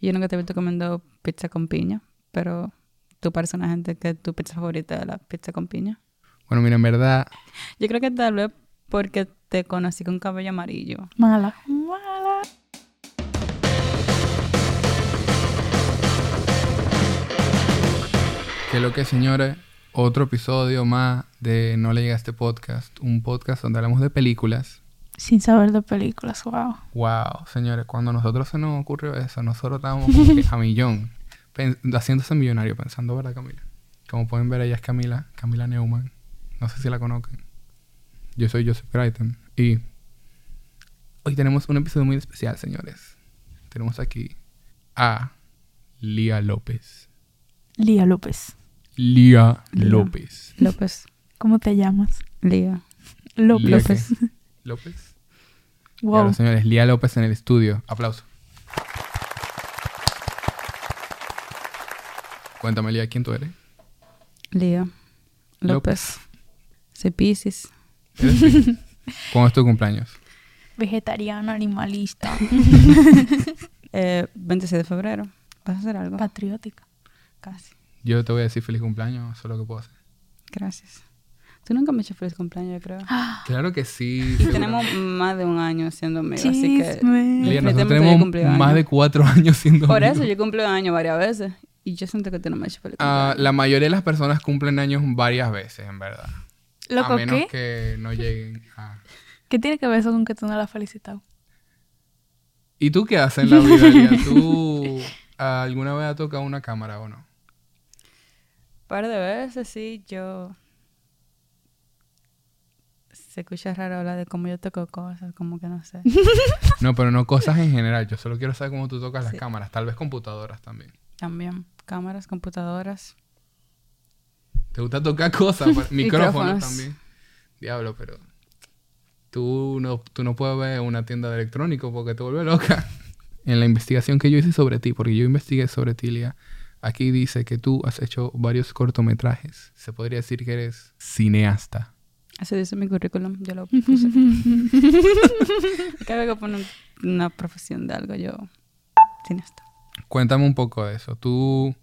Yo nunca te he visto comiendo pizza con piña, pero tú pareces una gente que tu pizza favorita es la pizza con piña. Bueno, mira, en verdad, Yo creo que tal vez porque te conocí con cabello amarillo. Mala. Mala. que lo que señores, otro episodio más de No le llega a este podcast, un podcast donde hablamos de películas. Sin saber de películas, wow. Wow, señores, cuando a nosotros se nos ocurrió eso, nosotros estábamos como que a millón, pen- haciéndose millonario, pensando, ¿verdad, Camila? Como pueden ver, ella es Camila, Camila Neumann. No sé si la conocen. Yo soy Joseph Brighton y hoy tenemos un episodio muy especial, señores. Tenemos aquí a Lía López. Lía López. Lía López. López, ¿Cómo te llamas? Lía. López. Lía, ¿qué? López. Y Wow. ahora, señores, Lía López en el estudio. Aplauso. Cuéntame, Lía, ¿quién tú eres? Lía. López. Soy Pisces. ¿Eres Piscis? ¿Cuándo es tu cumpleaños? Vegetariano, animalista, Eh, 26 de febrero. ¿Vas a hacer algo? patriótica. Casi. Yo te voy a decir feliz cumpleaños, eso es lo que puedo hacer. Gracias. Tú nunca me has hecho feliz cumpleaños, yo creo. Claro que sí. Y seguro. tenemos más de un año siendo amigos, así que... Chisme. Lía, nosotros definitivamente yo tenemos cumplí años. más de cuatro años siendo Por amigos. eso yo he cumplido años varias veces. Y yo siento que tú no me has hecho feliz Ah, cumpleaños. la mayoría de las personas cumplen años varias veces, en verdad. a Loco, menos ¿qué? que no lleguen a... ¿Qué tiene que ver eso con que tú no la has felicitado? ¿Y tú qué haces en la vida, Lía? ¿Tú ah, alguna vez has tocado una cámara o no? par de veces, sí, yo... Se escucha raro hablar de cómo yo toco cosas, como que no sé. No, pero no cosas en general. Yo solo quiero saber cómo tú tocas las cámaras. Tal vez computadoras también. También cámaras, computadoras. ¿Te gusta tocar cosas? Pero- micrófonos Micrófonos. también. Diablo, pero... Tú no, tú no puedes ver una tienda de electrónicos porque te vuelve loca. En la investigación que yo hice sobre ti, porque yo investigué sobre ti, Lía, aquí dice que tú has hecho varios cortometrajes. Se podría decir que eres cineasta. Eso dice mi currículum, yo lo puse. Cada vez que pongo una profesión de algo, yo... Sin esto. Cuéntame un poco de eso. ¿Tú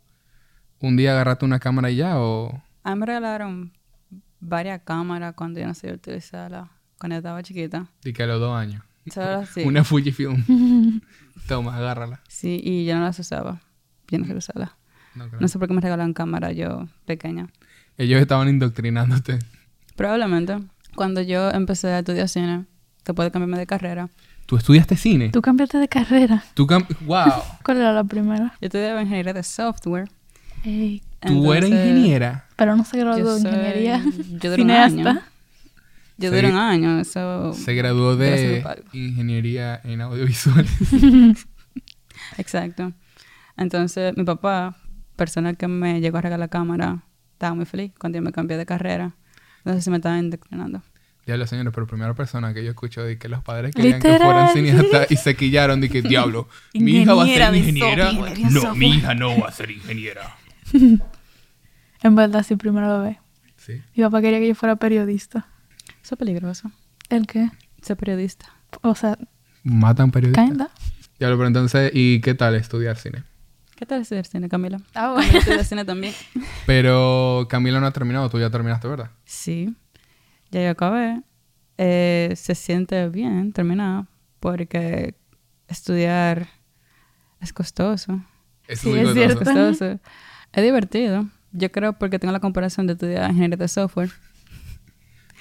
un día agarraste una cámara y ya o...? A mí me regalaron varias cámaras cuando yo no sabía utilizarla, cuando estaba chiquita. Y que a los dos años. Solo así. Una Fujifilm. Toma, agárrala. Sí, y yo no las usaba. Yo no sabía usarlas. No creo. No sé por qué me regalaron cámara yo pequeña. Ellos estaban indoctrinándote. Probablemente cuando yo empecé a estudiar cine, después de cambiarme de carrera, ¿Tú estudiaste cine? Tú cambiaste de carrera. Tú cam- ¡Wow! ¿Cuál era la primera? yo estudiaba ingeniería de software. Ey, Tú eres Entonces, ingeniera. pero no se graduó Yo de soy- ingeniería. yo duré un año. Cineasta. Yo Se- duré un año, eso... Se graduó Yo de soy palco. ingeniería en audiovisuales. Exacto. Entonces, mi papá, persona que me llegó a regalar cámara, estaba muy feliz cuando yo me cambié de carrera. Entonces se me estaba indoctrinando. Diablo, señores, pero primera persona que yo escucho de que los padres querían que fueran Literal. cineastas y se quillaron de que, diablo, mi hija va a ser ingeniera. Ingeniera de software. No, mi hija no va a ser ingeniera. En verdad, sí, primero lo ve. Sí. Mi papá quería que yo fuera periodista. Eso es peligroso. ¿El qué? Ser periodista. O sea, Matan periodistas. kinda. Diablo, pero entonces, ¿y qué tal estudiar cine? ¿Qué tal estudiar cine, Camila? Ah, Camila estudia cine también. Pero Camila no ha terminado, tú ya terminaste, ¿verdad? Sí. Ya yo acabé. Eh, se siente bien terminada porque estudiar es costoso. Es Sí, muy es gozoso. cierto. costoso. Es divertido. Yo creo porque tengo la comparación de estudiar ingeniería de software.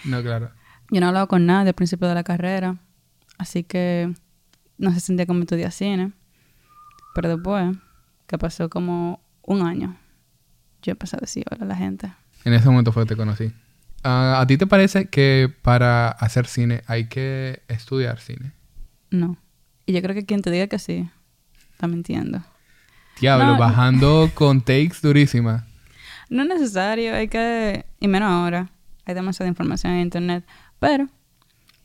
No, claro. Yo no hablaba con nadie al principio de la carrera, así que no se sentía como estudiar cine. Pero después, que pasó como un año, yo empecé a decir hola a la gente. En ese momento fue que te conocí. Ah, ¿A ti te parece que para hacer cine hay que estudiar cine? No. Y yo creo que quien te diga que sí, está mintiendo. Diablo, No. bajando con takes durísimas. No es necesario, hay que... Y menos ahora, hay demasiada información en internet. Pero,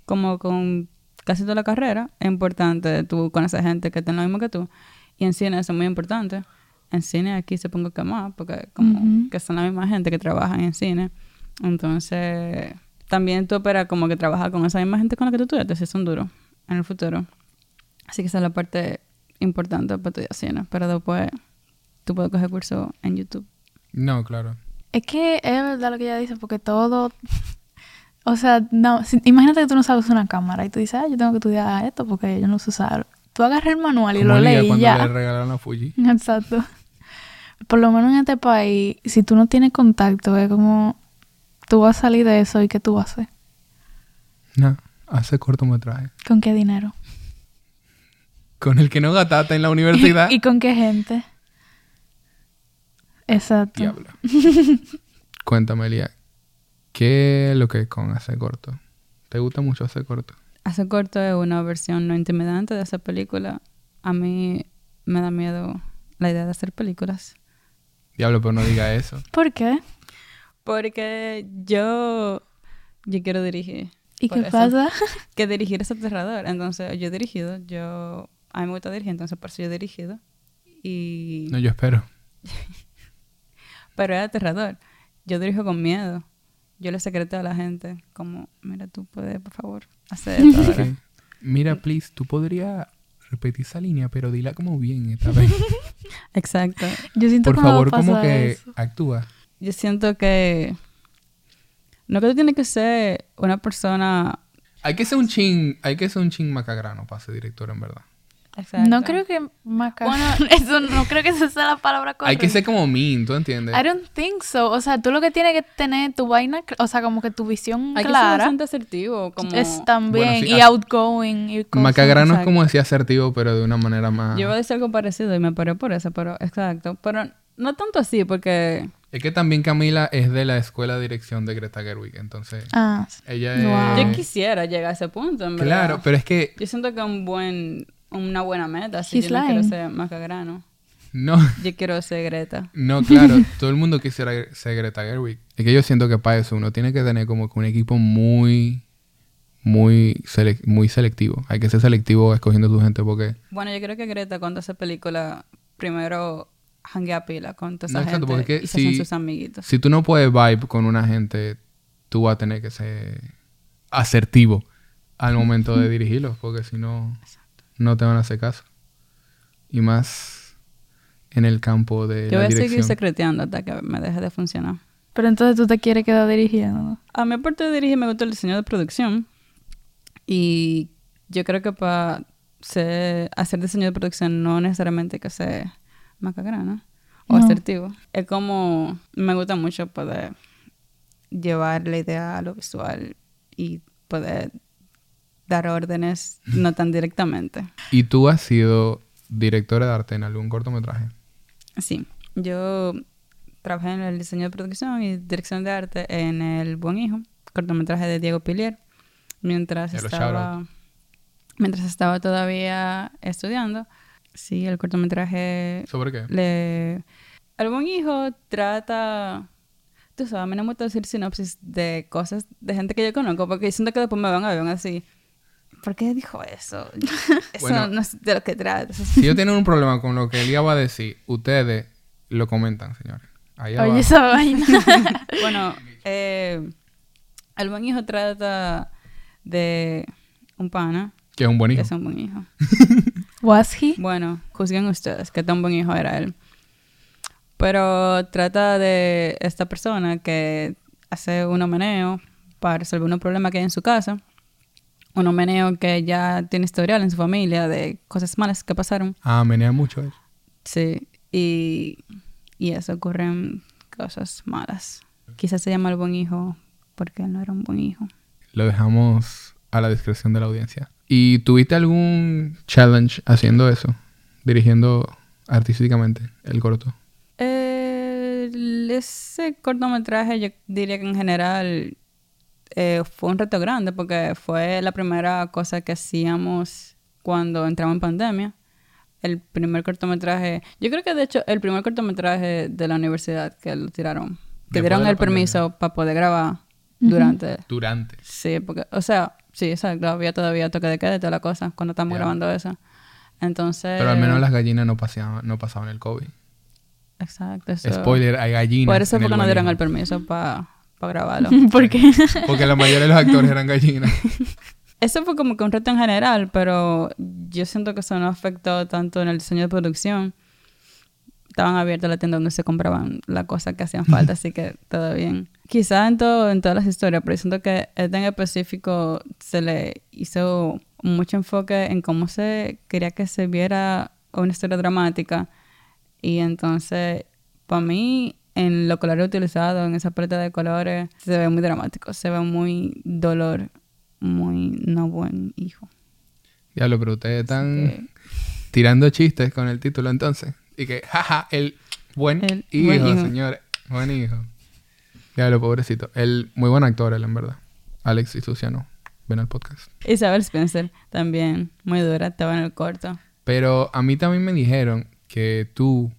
como con casi toda la carrera, es importante tú conocer gente que está en lo mismo que tú. Y en cine eso es muy importante. En cine aquí se pongo que más, porque como Ujú. que son la misma gente que trabajan en cine. Entonces, también tú operas como que trabajas con esa misma gente con la que tú estudiaste, si son duros en el futuro. Así que esa es la parte importante para tu cine, pero después tú puedes coger curso en YouTube. No, claro. Es que es verdad lo que ella dice, porque todo. O sea, no, si- imagínate que tú no sabes usar una cámara y tú dices, ah, yo tengo que estudiar esto porque yo no sé usar. Tú agarras el manual y Como lo Liga lees y cuando ya. le regalaron a Fuji. Exacto. Por lo menos en este país, si tú no tienes contacto, es como. Tú vas a salir de eso y ¿qué tú vas a hacer? No, hace cortometraje. ¿Con qué dinero? Con el que no gatata en la universidad. ¿Y con qué gente? Exacto. Diablo. Cuéntame, Elia, ¿qué es lo que es con hacer corto? ¿Te gusta mucho hacer corto? Hacer corto es una versión no intimidante de hacer película. A mí me da miedo la idea de hacer películas. Diablo, pero no diga eso. ¿Por qué? Porque yo, yo quiero dirigir. ¿Y Por qué eso. pasa? Que dirigir es aterrador. Entonces, yo he dirigido, yo... A mí me gusta dirigir, entonces por eso yo he dirigido. Y... No, yo espero. Pero es aterrador. Yo dirijo con miedo. Yo le secreto a la gente, como, mira, tú puedes, por favor, hacer esto ahora". Ok. Mira, please, tú podrías repetir esa línea, pero dila como bien esta vez. Exacto. Yo siento Por que me va a favor, como pasar que eso. actúa. Yo siento que... No que tú tienes que ser una persona... Hay que ser un chin, hay que ser un chin macagrano para ser director, en verdad. No creo que macarrón. eso no creo que esa sea la palabra correcta. Hay que ser como mean, ¿tú entiendes? I don't think so. O sea, tú lo que tienes que tener tu vaina, cl- o sea, como que tu visión Hay que ser clara bastante asertivo, como... es también Bueno, sí, y ah. outgoing y cosas. Macagrano es exacto. como decía asertivo, pero de una manera más... Yo iba a decir algo parecido y me paré por eso, pero exacto. Pero no tanto así, porque... Es que también Camila es de la escuela de dirección de Greta Gerwig, entonces Ah, ella Wow. es... Yo quisiera llegar a ese punto, en verdad. Ah. Claro, pero es que Yo siento que es un buen, una buena meta. Si He's yo no quiero lying. ser Macagrano, no, yo quiero ser Greta. no, claro, todo el mundo quisiera ser Greta Gerwig. Es que yo siento que para eso uno tiene que tener como que un equipo muy, muy, selec- muy selectivo. Hay que ser selectivo escogiendo tu gente porque... Bueno, yo creo que Greta cuando hace película, primero hanguea pila con toda esa No, exacto, gente porque es que y se hacen si- sus amiguitos. Si tú no puedes vibe con una gente, tú vas a tener que ser asertivo al momento de dirigirlos, porque si no, no te van a hacer caso. Y más en el campo de Yo voy la a seguir dirección. secreteando hasta que me deje de funcionar. pero entonces tú te quieres quedar dirigiendo. A mí, aparte de dirigir, me gusta el diseño de producción. Y yo creo que para hacer diseño de producción no necesariamente hay que ser macagrana o No. asertivo. Es como me gusta mucho poder llevar la idea a lo visual y poder dar órdenes no tan directamente. ¿Y tú has sido directora de arte en algún cortometraje? Sí, yo trabajé en el diseño de producción y dirección de arte en El Buen Hijo, cortometraje de Diego Pilier, mientras Ya lo estaba mientras estaba todavía estudiando. Sí, el cortometraje ¿Sobre qué? le El Buen Hijo trata Tú sabes, a mí no me gusta decir sinopsis de cosas de gente que yo conozco, porque siento que después me van a ver van a decir, ¿por qué dijo eso? Eso Bueno. no es de lo que trata. eso es Si yo tengo un problema con lo que Elia va a decir, ustedes lo comentan, señores. Ahí abajo. Oye, esa vaina. bueno, eh, el buen hijo trata de un pana Que es un buen que hijo. es un buen hijo. Was he? Bueno, juzguen ustedes qué tan buen hijo era él. Pero trata de esta persona que hace un homeneo para resolver un problema que hay en su casa. Un homeneo que ya tiene historial en su familia de cosas malas que pasaron. Ah, menea mucho él. Sí, y, y eso ocurren cosas malas. Quizás se llama el buen hijo porque él no era un buen hijo. Lo dejamos a la discreción de la audiencia. ¿Y tuviste algún challenge haciendo eso? Dirigiendo artísticamente el corto. El- ese cortometraje yo diría que en general eh, fue un reto grande porque fue la primera cosa que hacíamos cuando entramos en pandemia. El primer cortometraje, yo creo que de hecho el primer cortometraje de la universidad que lo tiraron, que Después dieron de la el permiso para poder grabar durante Durante. Sí, porque, o sea, sí, exacto, había todavía toque de queda y toda la cosa cuando estamos Ya. grabando eso. Entonces. Pero al menos las gallinas no pasaban, no pasaban el COVID. Exacto, eso. Spoiler, hay gallinas. Por eso en fue que nos dieron el baño. permiso para grabarlo. ¿Por qué? Porque la mayoría de los actores eran gallinas. Eso fue como que un reto en general, pero yo siento que eso no afectó tanto en el diseño de producción. Estaban abiertas la tienda donde se compraban las cosas que hacían falta, así que todo bien. Quizás en, todo, en todas las historias, pero yo siento que este en específico se le hizo mucho enfoque en cómo se quería que se viera una historia dramática. Y entonces, para mí, en los colores utilizados, en esa paleta de colores, se ve muy dramático, se ve muy dolor, muy no buen hijo. Diablo, pero ustedes están que- tirando chistes con el título entonces. Y que, jaja, el buen El hijo, buen hijo. señores. Buen hijo. Diablo, pobrecito. El muy buen actor, él, en verdad. Alex y Luciano. Ven al podcast. Isabel Spencer también, muy dura, estaba en el corto. Pero a mí también me dijeron que tú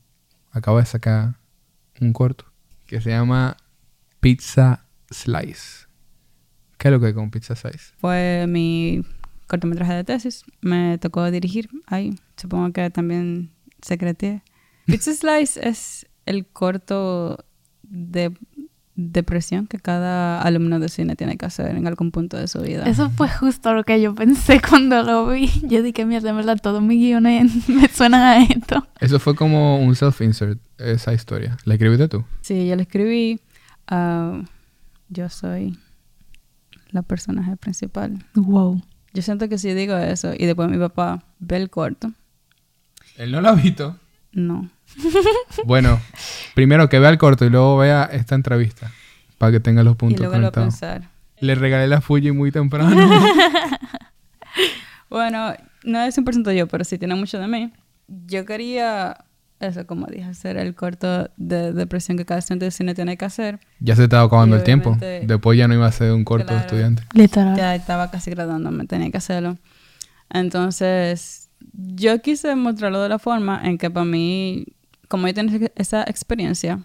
acabas de sacar un corto que se llama Pizza Slice. ¿Qué es lo que es con Pizza Slice? Fue mi cortometraje de tesis, me tocó dirigir ahí, supongo que también secreté. Pizza Slice es el corto de depresión que cada alumno de cine tiene que hacer en algún punto de su vida. Eso fue justo lo que yo pensé cuando lo vi. Yo dije, mierda, en verdad, todos mis guiones me suenan a esto. Eso fue como un self-insert, esa historia. ¿La escribiste tú? Sí, yo lo escribí. ah, yo soy la personaje principal. Wow. Yo siento que si digo eso y después mi papá ve el corto, Él no lo ha visto. no. Bueno, primero que vea el corto y luego vea esta entrevista para que tenga los Y puntos luego lo va a conectados. pensar. Le regalé la Fuji muy temprano. Bueno, no es 100% yo, pero sí tiene mucho de mí. Yo quería, eso como dije, hacer el corto de depresión que cada estudiante de cine tiene que hacer. ya se estaba acabando Y el tiempo. obviamente- Después ya no iba a ser un corto de Claro. estudiante. Literal. Ya estaba casi graduándome, tenía que hacerlo. Entonces, yo quise mostrarlo de la forma en que para mí, como yo tenía ese- esa experiencia,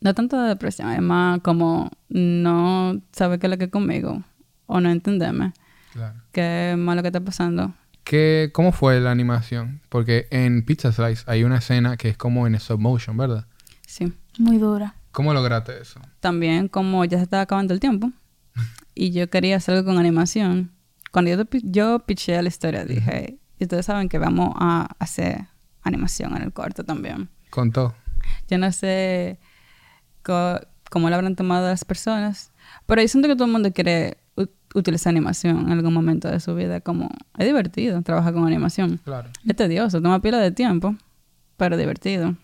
no tanto de depresión, es más como no saber qué es lo que es conmigo o no entenderme, Claro. qué es más lo que está pasando. ¿Qué, ¿Cómo fue la animación? Porque en Pizza Slice hay una escena que es como en stop motion, ¿verdad? Sí. Muy dura. ¿Cómo lograste eso? también como ya se estaba acabando el tiempo y yo quería hacer algo con animación, cuando yo, pi- yo piché la historia dije, "Y ustedes saben que vamos a hacer animación en el corto también. Contó. Yo no sé co- cómo lo habrán tomado las personas, pero yo siento que todo el mundo quiere u- utilizar animación en algún momento de su vida, como es divertido trabajar con animación. Claro. Es tedioso, toma pila de tiempo, pero divertido.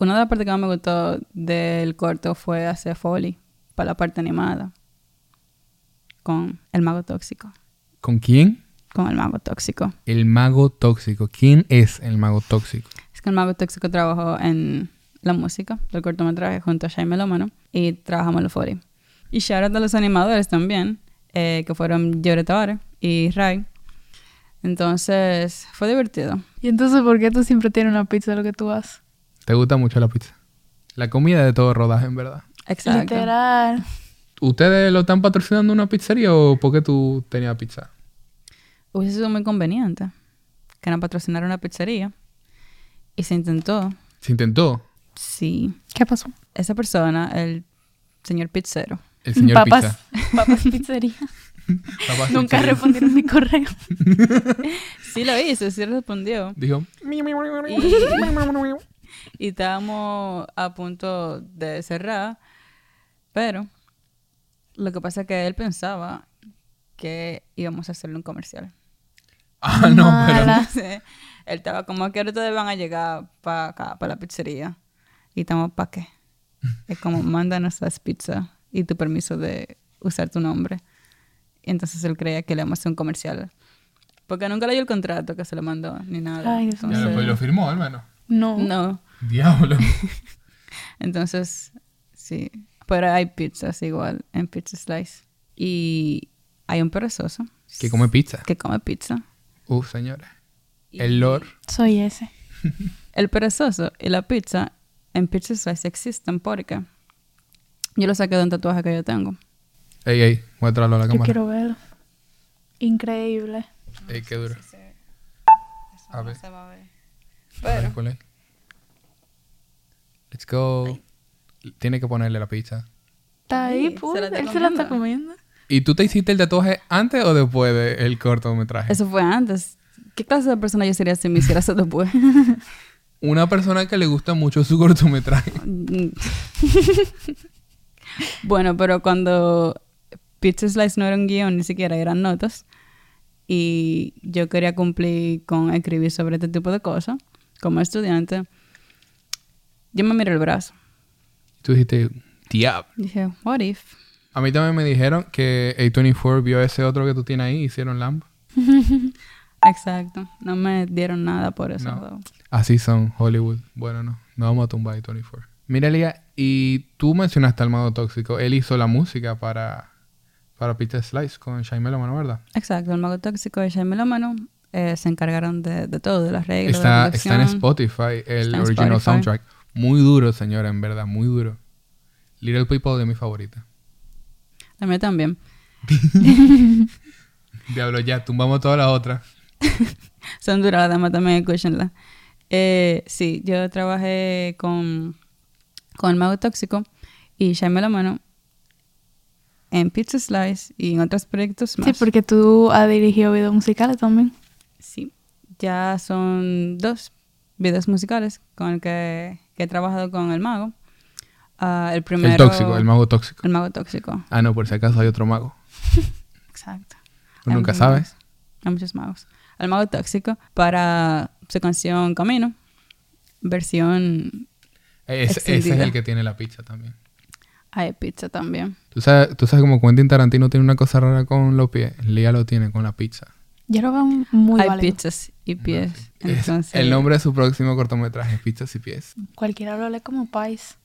Una de las partes que más me gustó del corto fue hacer Foley para la parte animada. Con el mago tóxico. ¿Con quién? Con el mago tóxico. El mago tóxico. ¿Quién es el mago tóxico? Es que el mago tóxico trabajó en la música del cortometraje junto a Jaime Lomano y trabajamos los Foley. Y shout out a los animadores también, eh, que fueron Yore Tavares y Ray. Entonces, fue divertido. Y entonces, ¿por qué tú siempre tienes una pizza de lo que tú haces? ¿Te gusta mucho la pizza? La comida de todo rodaje, en verdad. Exacto. Literal. ¿Ustedes lo están patrocinando una pizzería o por qué tú tenías pizza? Hubiese sido muy conveniente que nos patrocinara una pizzería. Y se intentó. Se intentó. Sí. ¿Qué pasó? Esa persona, el señor pizzero. El señor papas. pizza. Papas Pizzería. Papas Nunca pizzería. respondieron mi correo. Sí lo hizo, sí respondió. Dijo, Y, y estábamos a punto de cerrar. Pero lo que pasa es que él pensaba que íbamos a hacerle un comercial. ah, no, pero... Entonces, él estaba como que ustedes van a llegar para acá, para la pizzería. Y estamos para qué. Es como, mándanos las pizzas y tu permiso de usar tu nombre. Y entonces él creía que le íbamos a hacer un comercial. Porque nunca leyó el contrato que se lo mandó, ni nada. Ay, Dios mío. Ya, Entonces, pues, lo firmó, hermano. No. no. Diablo. Entonces, sí. Pero hay pizzas igual en Pizza Slice. Y hay un perezoso que come pizza. que come pizza. Uf, Uh, señores. Y- El Lord. Soy ese. El perezoso y la pizza en Pizza Slice existen porque yo lo saqué de un tatuaje que yo tengo. Ey, ey, muéstralo a la Yo cámara. quiero verlo. Increíble. Ey, qué duro. A ver. A ver Pero cuál es. Let's go. Tiene que ponerle la pizza. Está ahí, Sí, se puta. la está Él se la está comiendo. comiendo. ¿Y tú te hiciste el tatuaje antes o después del cortometraje? Eso fue antes. ¿Qué clase de persona yo sería si me hiciera eso después? Una persona que le gusta mucho su cortometraje. Mm. bueno, pero cuando Pizza Slice no era un guión, ni siquiera eran notas. Y yo quería cumplir con escribir sobre este tipo de cosas como estudiante. Yo me miré el brazo. Tú dijiste, diablo. Dije, what if? A mí también me dijeron que A24 vio ese otro que tú tienes ahí y hicieron Lambo. Exacto. No me dieron nada por eso. No. though. Así son Hollywood. Bueno, no. No vamos a tumbar A24. Mira, Elia, y tú mencionaste al Mago Tóxico. Él hizo la música para, para Peter Slice con Jaime Lomano, ¿verdad? Exacto. El mago tóxico y Jaime Lomano eh, se encargaron de, de todo, de las reglas. de la Está, está producción. en Spotify el Está en original Spotify. soundtrack. Muy duro, señora, en verdad, muy duro. Little People de mi favorita. La mía también. Diablo, ya, tumbamos todas las otras. Son duras, damas, también escúchenla. Eh, sí, yo trabajé con, con el mago tóxico y Jaime Lomano en Pizza Slice y en otros proyectos más. Sí, porque tú has dirigido videos musicales también. Sí, ya son dos videos musicales con el que, que he trabajado con el mago. Ah, el primero... El tóxico, el mago tóxico. El mago tóxico, Ah, no, por si acaso hay otro mago. exacto. Tú Hay nunca muchos sabes. magos. Hay muchos magos. El mago tóxico para su canción Camino, versión Eh, Ese, ese es Extendida. el que tiene la pizza también. Hay pizza también. ¿Tú sabes, tú sabes como Quentin Tarantino tiene una cosa rara con los pies. Lía lo tiene con la pizza. Yo lo veo muy Hay válido. pizzas y pies. Es Entonces, el nombre de su próximo cortometraje, Pizzas y Pies. Cualquiera lo lee como pais.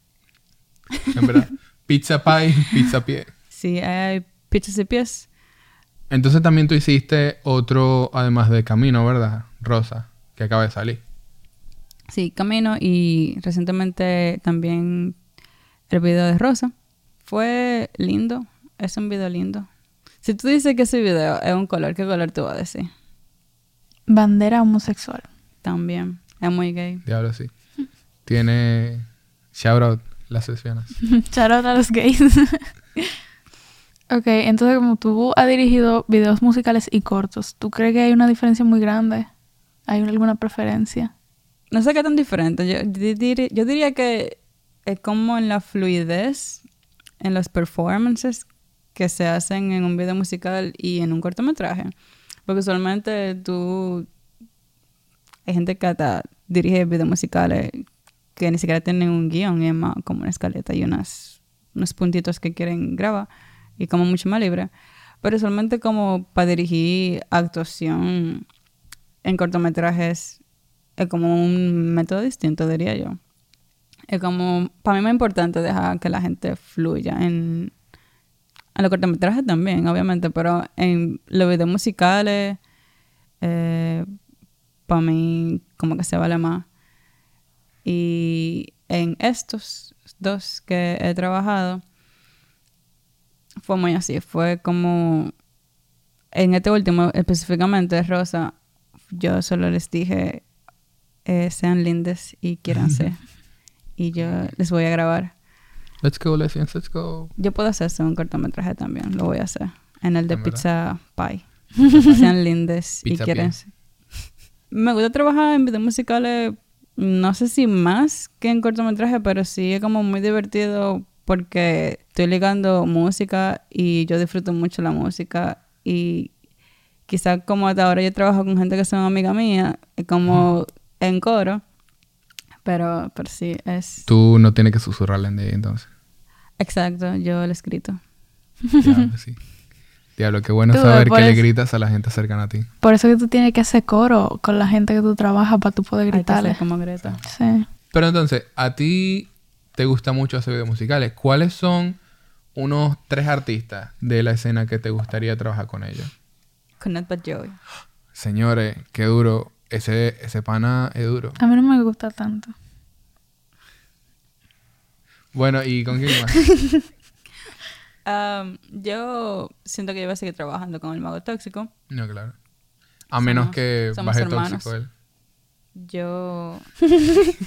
En verdad. pizza Pie, Pizza Pie. Sí, hay pizzas y pies. Entonces también tú hiciste otro, además de Camino, ¿verdad? Rosa, que acaba de salir. Sí, Camino y recientemente también el video de Rosa. Fue lindo. Es un video lindo. Si tú dices que ese video es un color, ¿qué color tú vas a decir? Bandera homosexual. También. Es muy gay. Diablo, sí. Tiene... Shout out las lesbianas. Shout out a los gays. ok, entonces como tú has dirigido videos musicales y cortos, ¿tú crees que hay una diferencia muy grande? ¿Hay alguna preferencia? No sé qué tan diferente. Yo, di- dir- yo diría que es como en la fluidez, en los performances que se hacen en un video musical y en un cortometraje. Porque usualmente tú... Hay gente que hasta dirige videos musicales que ni siquiera tienen un guión, es más como una escaleta y unas, unos puntitos que quieren grabar y como mucho más libre. Pero usualmente como para dirigir actuación en cortometrajes es como un método distinto, diría yo. Es como, para mí más importante dejar que la gente fluya en, en los cortometrajes también, obviamente, pero en los videos musicales, para mí como que se vale más. Y en estos dos que he trabajado, fue muy así, fue como en este último, específicamente Rosa, yo solo les dije, eh, sean lindes y quiéranse. y yo les voy a grabar. Let's go, lesbians, let's go. Yo puedo hacer eso en un cortometraje también, lo voy a hacer. En el de ¿En Pizza Pie. sean lindes y Pizza Pie. quiéranse. Me gusta trabajar en videos musicales, no sé si más que en cortometraje, pero sí es como muy divertido porque estoy ligando música y yo disfruto mucho la música y quizás como hasta ahora yo trabajo con gente que son amiga mía, eh, como en coro, pero, pero sí, es... Tú no tienes que susurrarle en de ahí, entonces. Exacto, yo lo he escrito. Diablo, sí. Diablo, qué bueno Tú, saber por que le eso- gritas a la gente cercana a ti. Por eso que tú tienes que hacer coro con la gente que tú trabajas para tú poder Hay que gritarle. ser como Greta. Sí. Pero entonces, a ti te gusta mucho hacer videos musicales. ¿Cuáles son unos tres artistas de la escena que te gustaría trabajar con ellos? Connect but Joey. Señores, qué duro. Ese, ese pana es duro. A mí no me gusta tanto. Bueno, ¿y con quién más? Um, yo siento que yo voy a seguir trabajando con el mago tóxico. No, claro. A menos Somos- que somos baje hermanos. tóxico él. Yo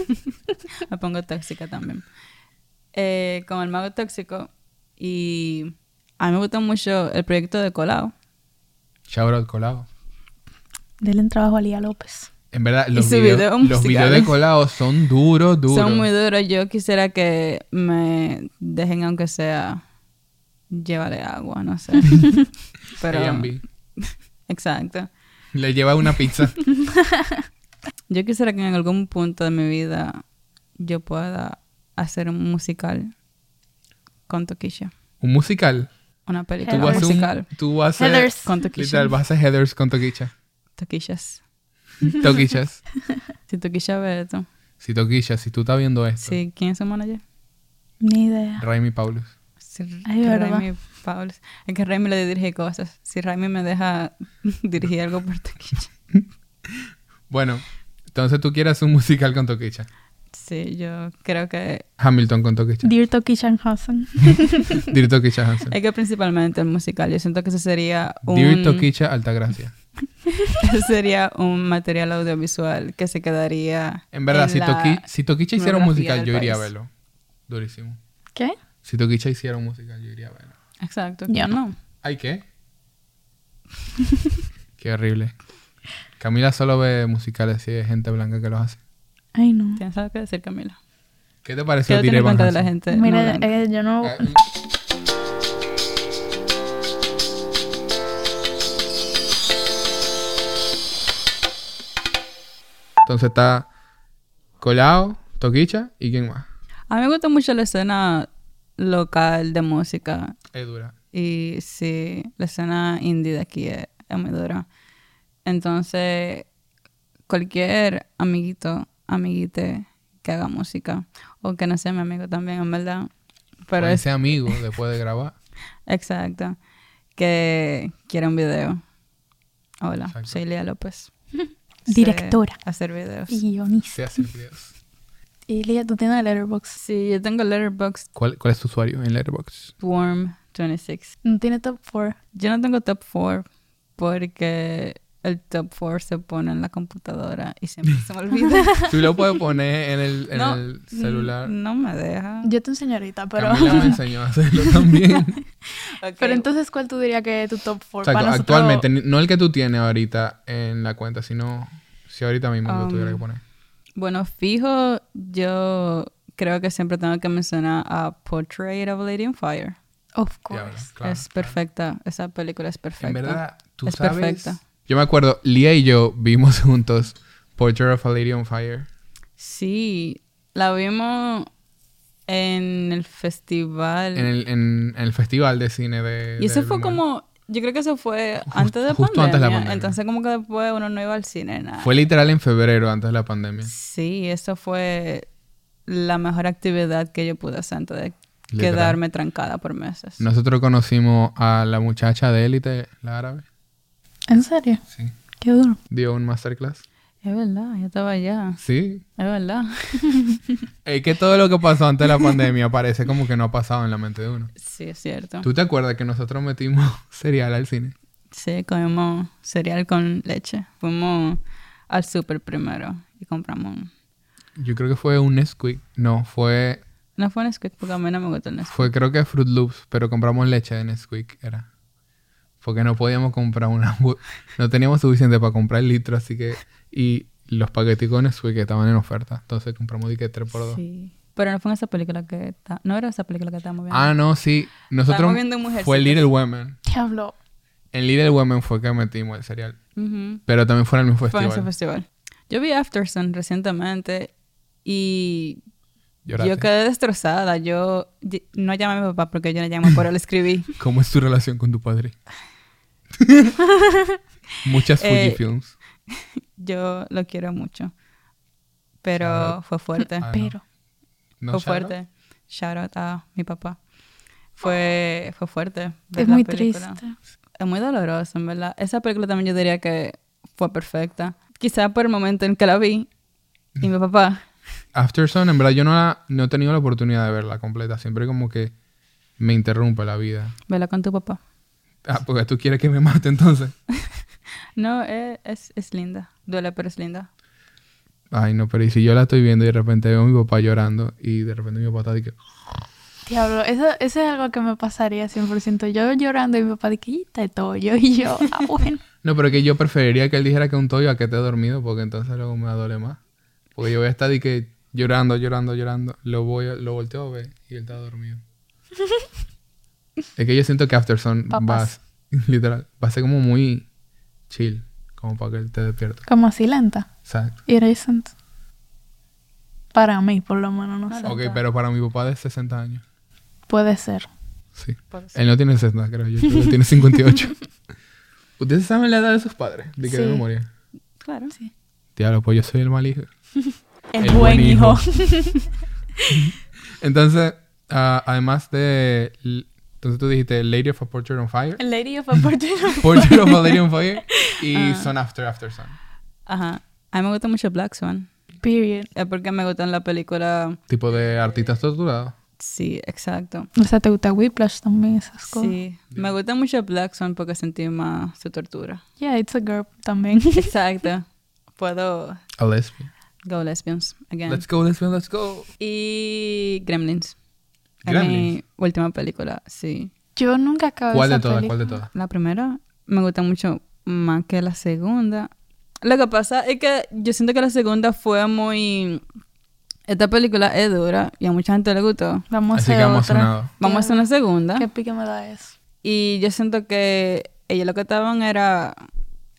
me pongo tóxica también. Eh, con el mago tóxico y A mí me gustó mucho el proyecto de Colao. Shout out Colao. Denle trabajo a Lía López. En verdad, los, su videos, video los videos de musicales. Colao son duros, duros. Son muy duros. Yo quisiera que me dejen, aunque sea, llévale agua, no sé. Pero, A&B. exacto. Le lleva una pizza. Yo quisiera que en algún punto de mi vida yo pueda hacer un musical con Toquilla. un musical. Una Tú película Heathers. vas, a musical un, tú vas a hacer... Heathers. con Toquilla. Literal, vas a hacer Heathers con Toquicha. Toquillas. Toquichas. Si Toquilla ve esto. Si Toquicha, si tú estás viendo esto. Sí, ¿quién es su manager? Ni idea. Raimi Paulus. Si Ay, que verdad. Raimi Paul. Es que Raimi le dirige cosas. Si Raimi me deja dirigir algo por Toquilla. Bueno, entonces tú quieres un musical con Toquicha. Sí, yo creo que... Hamilton con Toquicha. Dear Toki Shanhausen. Dear Toquicha Hansen. Es que principalmente el musical. Yo siento que ese sería un... Dear Toquicha Altagracia. ese sería un material audiovisual que se quedaría... En verdad, en si, la- Toqui- si Toquicha hiciera un monografía musical, yo del iría a país. verlo. Durísimo. ¿Qué? Si Toquicha hiciera un musical, yo iría a verlo. Exacto. Yo no. no. ¿Ay qué? qué horrible. Camila solo ve musicales y hay gente blanca que los hace. Ay, no. Tienes algo que decir, Camila. ¿Qué te pareció Quiero Dear tener Evan cuenta de la Hansen? gente. no Mira, blanca. eh, yo no. Ah, Entonces está Colao, Toquicha y quién más. A mí me gusta mucho la escena local de música. Es dura. Y sí, la escena indie de aquí es, es muy dura. Entonces, cualquier amiguito, amiguite que haga música, o que no sea mi amigo también, en verdad. Pero Pero es ese amigo después de grabar. exacto. Que quiera un video. Hola, Exacto. soy Lía López. Sé Directora. hacer videos. Y guionista. Se hace videos. Y Lía, tú tienes Letterboxd. Sí, yo tengo Letterboxd ¿Cuál, ¿Cuál es tu usuario en Letterboxd? Worm 26. No tiene top 4. Yo no tengo top 4 porque el top 4 se pone en la computadora y siempre se me olvida. Tú lo puedes poner en el, en No, mm, el celular. No me deja. Yo te enseño ahorita, pero. Camila me enseñó a hacerlo también. Ok. Pero entonces, ¿cuál tú dirías que es tu top 4? Exacto, actualmente, ni- no el que tú tienes ahorita en la cuenta, sino si ahorita mismo lo Um, tuviera que poner. Bueno, fijo, yo creo que siempre tengo que mencionar a Portrait of a Lady on Fire. Of Diablo, course. claro, es claro. perfecta. Esa película es perfecta. En verdad, tú Es sabes. perfecta. Yo me acuerdo, Lia y yo vimos juntos Portrait of a Lady on Fire. Sí, la vimos en el festival. En el, en, en el festival de cine de. Y eso del fue Mall. como, yo creo que eso fue Jus- antes de justo pandemia, antes de la pandemia. Entonces como que después uno no iba al cine, nada. Fue literal en febrero, antes de la pandemia. Sí, eso fue la mejor actividad que yo pude hacer antes de Literal. quedarme trancada por meses. Nosotros conocimos a la muchacha de élite, la árabe. ¿En serio? Sí. Qué duro. Dio un masterclass. Es verdad, yo estaba allá. Sí. Es verdad. Es que todo lo que pasó antes de la pandemia parece como que no ha pasado en la mente de uno. Sí, es cierto. ¿Tú te acuerdas que nosotros metimos cereal al cine? Sí, comimos cereal con leche. Fuimos al súper primero y compramos un... Yo creo que fue un Nesquik. No, fue. No fue un Nesquik porque a mí no me gustó el Nesquik. Fue creo que Fruit Loops, pero compramos leche de Nesquik, era. Porque no podíamos comprar una. bu- No teníamos suficiente para comprar el litro, así que. Y los paqueticos de Nesquik que estaban en oferta. Entonces compramos de que 3x2. Sí. Pero no fue en esa película que... ta- No era esa película que estábamos viendo. Ah, no, sí. Nosotros. Estábamos viendo Mujercitas. Fue Little Women. Diablo. En Little Women fue que metimos el cereal. Ujú. Pero también fue en el mismo Fue en ese festival. festival. Yo vi Aftersun recientemente y Lloraste. yo quedé destrozada. Yo y- no llamé a mi papá porque yo no llamo, pero le escribí. ¿Cómo es tu relación con tu padre? Muchas Eh, Fujifilms. Yo lo quiero mucho. Pero fue fuerte. Ah, no. Pero. No, fue Charlotte? fuerte. Shout out a mi papá. Fue, fue fuerte. ver Es la muy película. triste. Es muy doloroso, en verdad. Esa película también yo diría que fue perfecta. Quizá por el momento en que la vi y Mm. mi papá. Aftersun, en verdad, yo no, la- no he tenido la oportunidad de verla completa. Siempre como que me interrumpe la vida. Vela con tu papá. Ah, porque tú quieres que me mate entonces. No, es, es, es linda. Duele, pero es linda. Ay, no, pero y si yo la estoy viendo y de repente veo a mi papá llorando y de repente mi papá está de que... Diablo, eso, eso es algo que me pasaría 100%. Yo llorando y mi papá de que "Quita el toyo y yo, ah, bueno. No, pero que yo preferiría que él dijera que un toyo a que te he dormido, porque entonces luego me duele más. Porque yo voy a estar de que llorando, llorando, llorando. Lo voy, a- lo volteo a ver y él está dormido. es que yo siento que Afterson va, a- Papas. literal, va a ser como muy chill, como para que él te despierta. Como así lenta. Exacto. Y recent. Para mí, por lo menos, no sé. Ok, pero para mi papá de 60 años. Puede ser. Sí. Puede ser. Él no tiene 60, creo yo. Creo que tiene 58. ¿Ustedes saben la edad de sus padres? De que de Sí. memoria. Claro. Diablo, pues yo soy el mal hijo. El, El buen buen hijo. Entonces, ah, además de. Entonces tú dijiste Lady of a Portrait on Fire. El Lady of Opportunity. Portrait of a Lady on Fire. Y Son After After Sun. Ajá. A mí me gusta mucho Black Swan. Period. Es porque me gustan las películas. Tipo de artistas torturados. Sí, exacto. O sea, te gusta Whiplash también, esas cosas. Sí. Me gusta mucho Black Swan porque sentí más su tortura. Yeah, it's a girl también. Exacto. Puedo A lesbian. go lesbians again. Let's go, lesbian, let's go. Y Gremlins. Es Gremlins. mi última película, sí. Yo nunca acabé ¿Cuál esa de todas? ¿Cuál película. de todas? La primera me gusta mucho más que la segunda. Lo que pasa es que yo siento que la segunda fue muy... Esta película es dura y a mucha gente le gustó. Vamos a Así hacer que otra. emocionado. Vamos a hacer una segunda. ¿Qué pique me da eso? Y yo siento que ellos lo que estaban era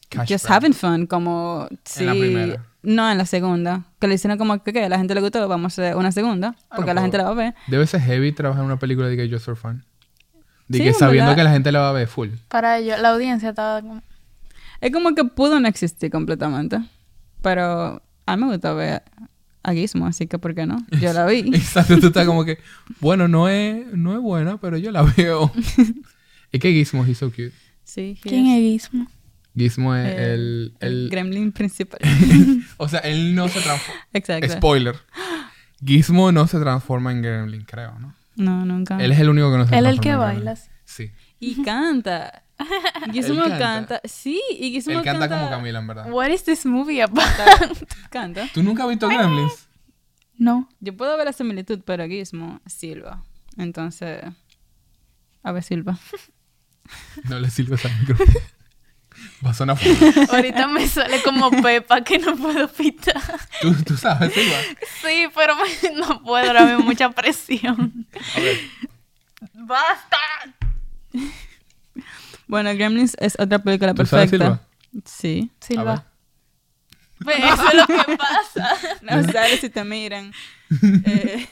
Cash just grab. having fun, como sí. la primera. No, en la segunda. Que le hicieron como que ¿qué? a la gente le gustó, vamos a hacer una segunda, Ah, porque no la puedo. gente la va a ver. Debe ser heavy trabajar en una película de que yo soy fan. De Sí, que en sabiendo verdad. que la gente la va a ver full. Para ello, la audiencia estaba como... Es como que pudo no existir completamente. Pero a mí me gustó ver a Gizmo, así que ¿por qué no? Yo la vi. Exacto, tú estás como que, bueno, no es, no es buena, pero yo la veo. es que Gizmo es so cute. Sí, he ¿Quién is es Gizmo? Gizmo es Eh, el... El el gremlin principal. o sea, él no se transforma... Exacto. Spoiler. Gizmo no se transforma en gremlin, creo, ¿no? no, nunca. Él es el único que no se Él transforma el que en gremlin. baila. sí. Sí. Y canta. Gizmo Él canta. canta. Sí, y Gizmo Él canta como Camila, en verdad. What is this movie about? Canta. ¿Tú nunca has visto gremlins? No. Yo puedo ver la similitud, pero Gizmo, Silva. Entonces, a ver, Silva. No le sirves al micrófono. Va a sonar fuerte. Ahorita me sale como Pepa que no puedo pitar. ¿Tú, tú sabes, Silva. Sí, pero me- no puedo, ahora me mucha presión. A ver. ¡Basta! Bueno, Gremlins es otra película ¿Tú perfecta. sabes, Silva? Sí. A ver. Silva. Ve, eso es lo que pasa. No sabes si te miran. Eh,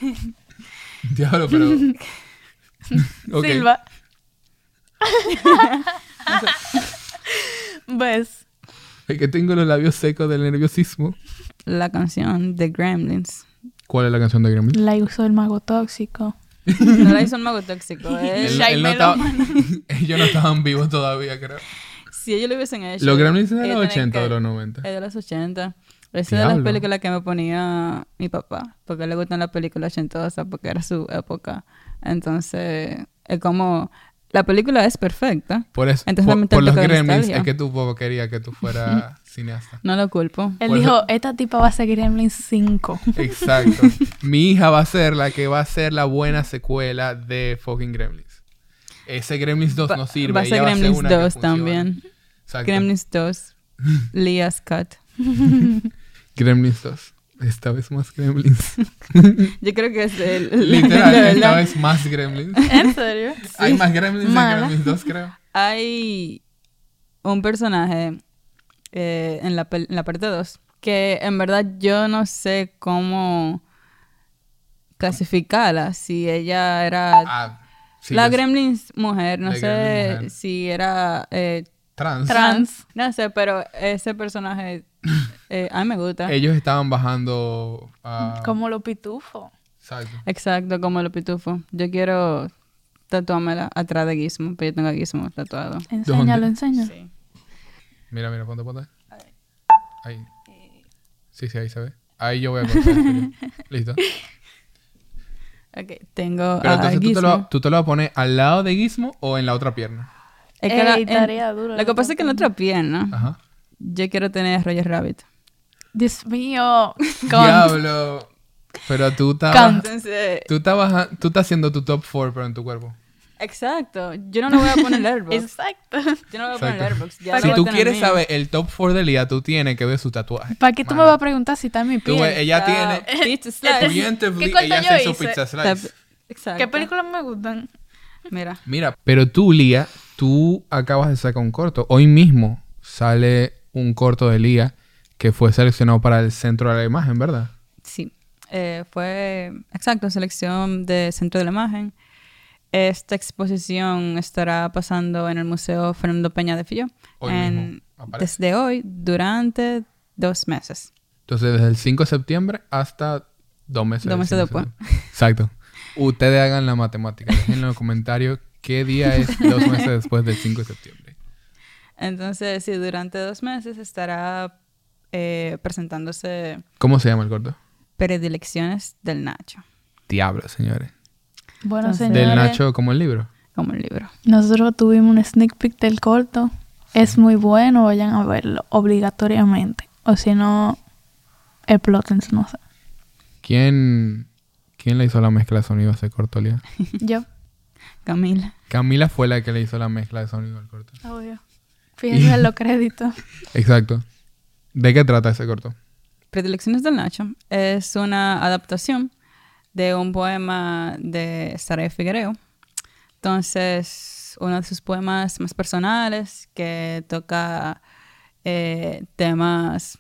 Diablo, pero... Ok. Silva. ¿Ves? Es que tengo los labios secos del nerviosismo. la canción de Gremlins. ¿Cuál es la canción de Gremlins? La usó el mago tóxico. No la hizo un mago tóxico. ¿eh? El- Él, Shai Ellos no estaban vivos todavía, creo. si ellos lo hubiesen hecho. Los Gremlins eran de ellos los tenían 80 o de que- los 90. Es de los 80. Esa es de las Diablo. películas que me ponía mi papá, porque le gustan las películas ochentosas, porque era su época. Entonces, es como, la película es perfecta, Por eso, Entonces, por, también por te los toca Gremlins nostalgia. es que tu papá quería que tú fueras cineasta. no lo culpo. Él Por dijo, esta tipa va a ser Gremlin 5. Exacto. Mi hija va a ser la que va a ser la buena secuela de fucking Gremlins. Ese Gremlins 2 Va- no sirve. va a ser ella Gremlins una que 2 funcione. también. Exacto. Gremlins. Gremlins 2, Lia Scott. 2. Esta vez más Gremlins. Yo creo que es el... Literal, la esta verdad. vez más Gremlins. ¿En serio? Hay más Gremlins Mala. en Gremlins 2, creo. Hay un personaje eh, en, la pel- en la parte 2 que en verdad yo no sé cómo clasificarla, si ella era... Ah, sí, la yo- Gremlins mujer, no La sé Gremlin mujer. si era eh, Trans. Trans. No sé, pero ese personaje eh, a mí me gusta. Ellos estaban bajando a... Como lo pitufo. Exacto. Exacto, como los pitufos. Yo quiero tatuármela atrás de Gizmo, pero yo tengo a Gizmo tatuado. Enséñalo, ¿Dónde? enséñalo. Sí. Mira, mira, ponte, ponte. Ahí. Eh. Sí, sí, ahí se ve. Ahí yo voy a cortar. pero- Listo. Ok, tengo Pero a entonces tú Ah, Gizmo. te, lo, tú te lo vas a poner al lado de Gizmo o en la otra pierna. Es que la- Ey, en- tarea dura, lo que la pasa es que en la otra pierna Ajá. yo quiero tener a Roger Rabbit. Dios mío. Con- Diablo. Pero tú estabas... Count. Entonces, Tú estabas... Tú estás haciendo tu top 4, pero en tu cuerpo. exacto. Yo no lo voy a poner en Airbox. Exacto. Yo no lo voy a poner en Exacto. Airbox. Ya lo si voy a tú tener quieres mío. saber el top 4 del día, tú tienes que ver su tatuaje. ¿Para qué tú me Mano. vas a preguntar si está en mi Tú ves, piel? ella Ah, tiene... pizza slice. Evidentemente, corto ella yo hace su hice? pizza slice. Exacto. ¿Qué películas me gustan? Mira. Mira, pero tú, Lía, tú acabas de sacar un corto. Hoy mismo sale un corto de Lía que fue seleccionado para el centro de la imagen, ¿verdad? Sí, eh, fue exacto, selección de Centro de la Imagen. Esta exposición estará pasando en el Museo Fernando Peña de Fillo Hoy en- mismo aparece. desde hoy durante dos meses. Entonces, desde el 5 de septiembre hasta dos meses. Dos del meses 5 de después. septiembre. Exacto. Ustedes hagan la matemática. Dejen en los comentarios qué día es dos meses después del 5 de septiembre. Entonces, sí, durante dos meses estará eh, presentándose ¿Cómo se llama el corto? Predilecciones del Nacho Diablo, señores. Bueno, Entonces- señores, Del Nacho como el libro. como el libro. nosotros tuvimos un sneak peek del corto. Es muy bueno, vayan a verlo obligatoriamente. O si no, exploten, no sé. ¿Quién, ¿Quién le hizo la mezcla de sonido a ese corto, Lía? Yo. Camila. Camila fue la que le hizo la mezcla de sonido al corto. Obvio. Fíjense en los créditos. Exacto. ¿De qué trata ese corto? Predilecciones del Nacho es una adaptación de un poema de Saray Figuereo. Entonces, uno de sus poemas más personales que toca eh, temas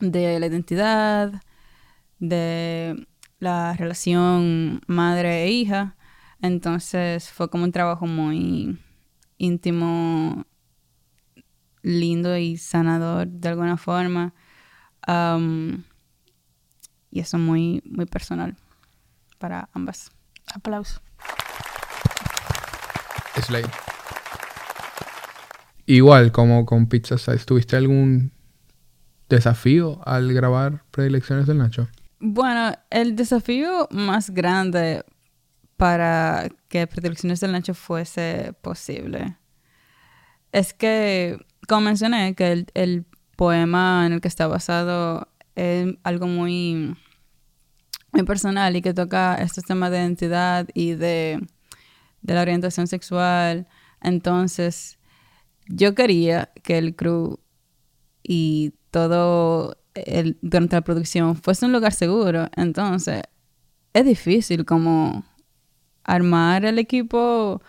de la identidad, de la relación madre e hija. Entonces, fue como un trabajo muy íntimo, lindo y sanador de alguna forma. Um, y eso muy, muy personal para ambas. Aplausos. Slay. Igual, como con Pizza Size, ¿tuviste algún desafío al grabar predilecciones del Nacho? Bueno, el desafío más grande para que Predilecciones del Nacho fuese posible es que, como mencioné, que el, el poema en el que está basado es algo muy, muy personal y que toca estos temas de identidad y de, de la orientación sexual. Entonces, yo quería que el crew y todo el, durante la producción fuese un lugar seguro. Entonces, es difícil como armar el equipo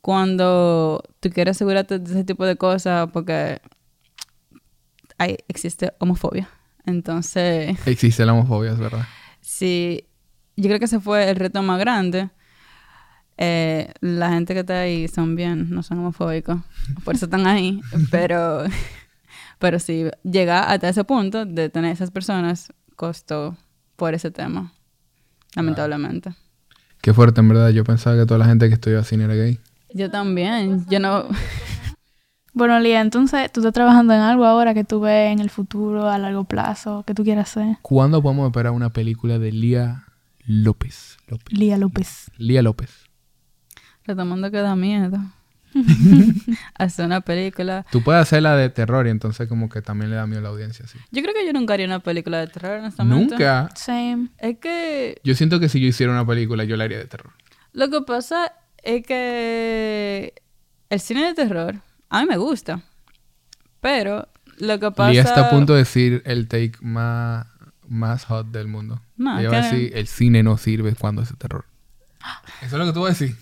cuando tú quieres asegurarte de ese tipo de cosas porque hay, existe homofobia. Entonces, Existe la homofobia, es verdad. sí, yo creo que ese fue el reto más grande. Eh, la gente que está ahí son bien, no son homofóbicos, por eso están ahí, pero, pero sí, llegar hasta ese punto de tener esas personas costó por ese tema, lamentablemente. Qué fuerte, en verdad. Yo pensaba que toda la gente que estudió cine era gay. Yo también, yo no... Bueno, Lía, entonces tú estás trabajando en algo ahora que tú ves en el futuro, a largo plazo, que tú quieras hacer. ¿Cuándo podemos esperar una película de Lía López? López. Lía López. Lía López. Retomando que da miedo. Hacer una película. Tú puedes hacer la de terror y entonces como que también le da miedo a la audiencia, sí. Yo creo que yo nunca haría una película de terror, honestamente. Nunca. Same. Es que Yo siento que si yo hiciera una película, yo la haría de terror. lo que pasa es que el cine de terror a mí me gusta. Pero lo que pasa... Lía está a punto de decir el take más, más hot del mundo. No, Ella va a que- decir, el cine no sirve cuando es de terror. Eso es lo que tú vas a decir.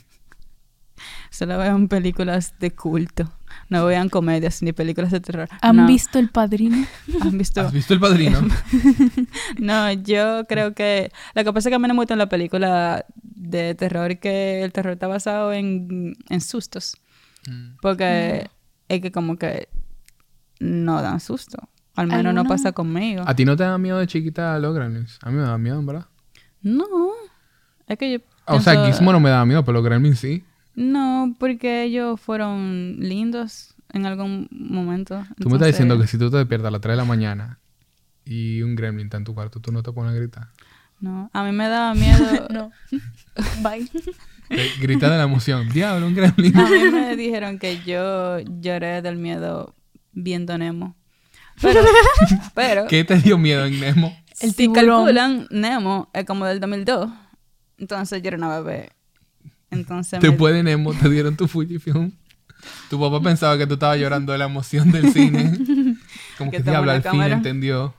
Solo vean películas de culto. No vean comedias ni películas de terror. ¿Han No, visto El Padrino? ¿Han visto? ¿Has visto El Padrino? No, yo creo que lo que pasa es que a mí no me gusta la película de terror que el terror está basado en, en sustos. Mm. Porque Mm. es que como que no dan susto. Al menos no ¿Alguna? pasa conmigo. ¿A ti no te da miedo de chiquita los gremlins? A mí me da miedo, en ¿verdad? No. Es que yo Ah, O sea, pienso- Gizmo no me da miedo, pero los gremlins sí. No, porque ellos fueron lindos en algún momento. Tú me estás diciendo que si tú te despiertas a las 3 de la mañana y un gremlin está en tu cuarto, tú no te pones a gritar. No, a mí me daba miedo... No. Bye. Te gritas de la emoción. Diablo, un gremlin. A mí me dijeron que yo lloré del miedo viendo Nemo. Pero, pero ¿Qué te dio miedo en Nemo? El si tiburón. calculan, Nemo es como del 2002. Entonces yo era una bebé. Entonces Te me- pueden emo, te dieron tu Fujifilm. Tu papá pensaba que tú estabas llorando de la emoción del cine. Como Que que, toma diablo, la al fin cámara. entendió.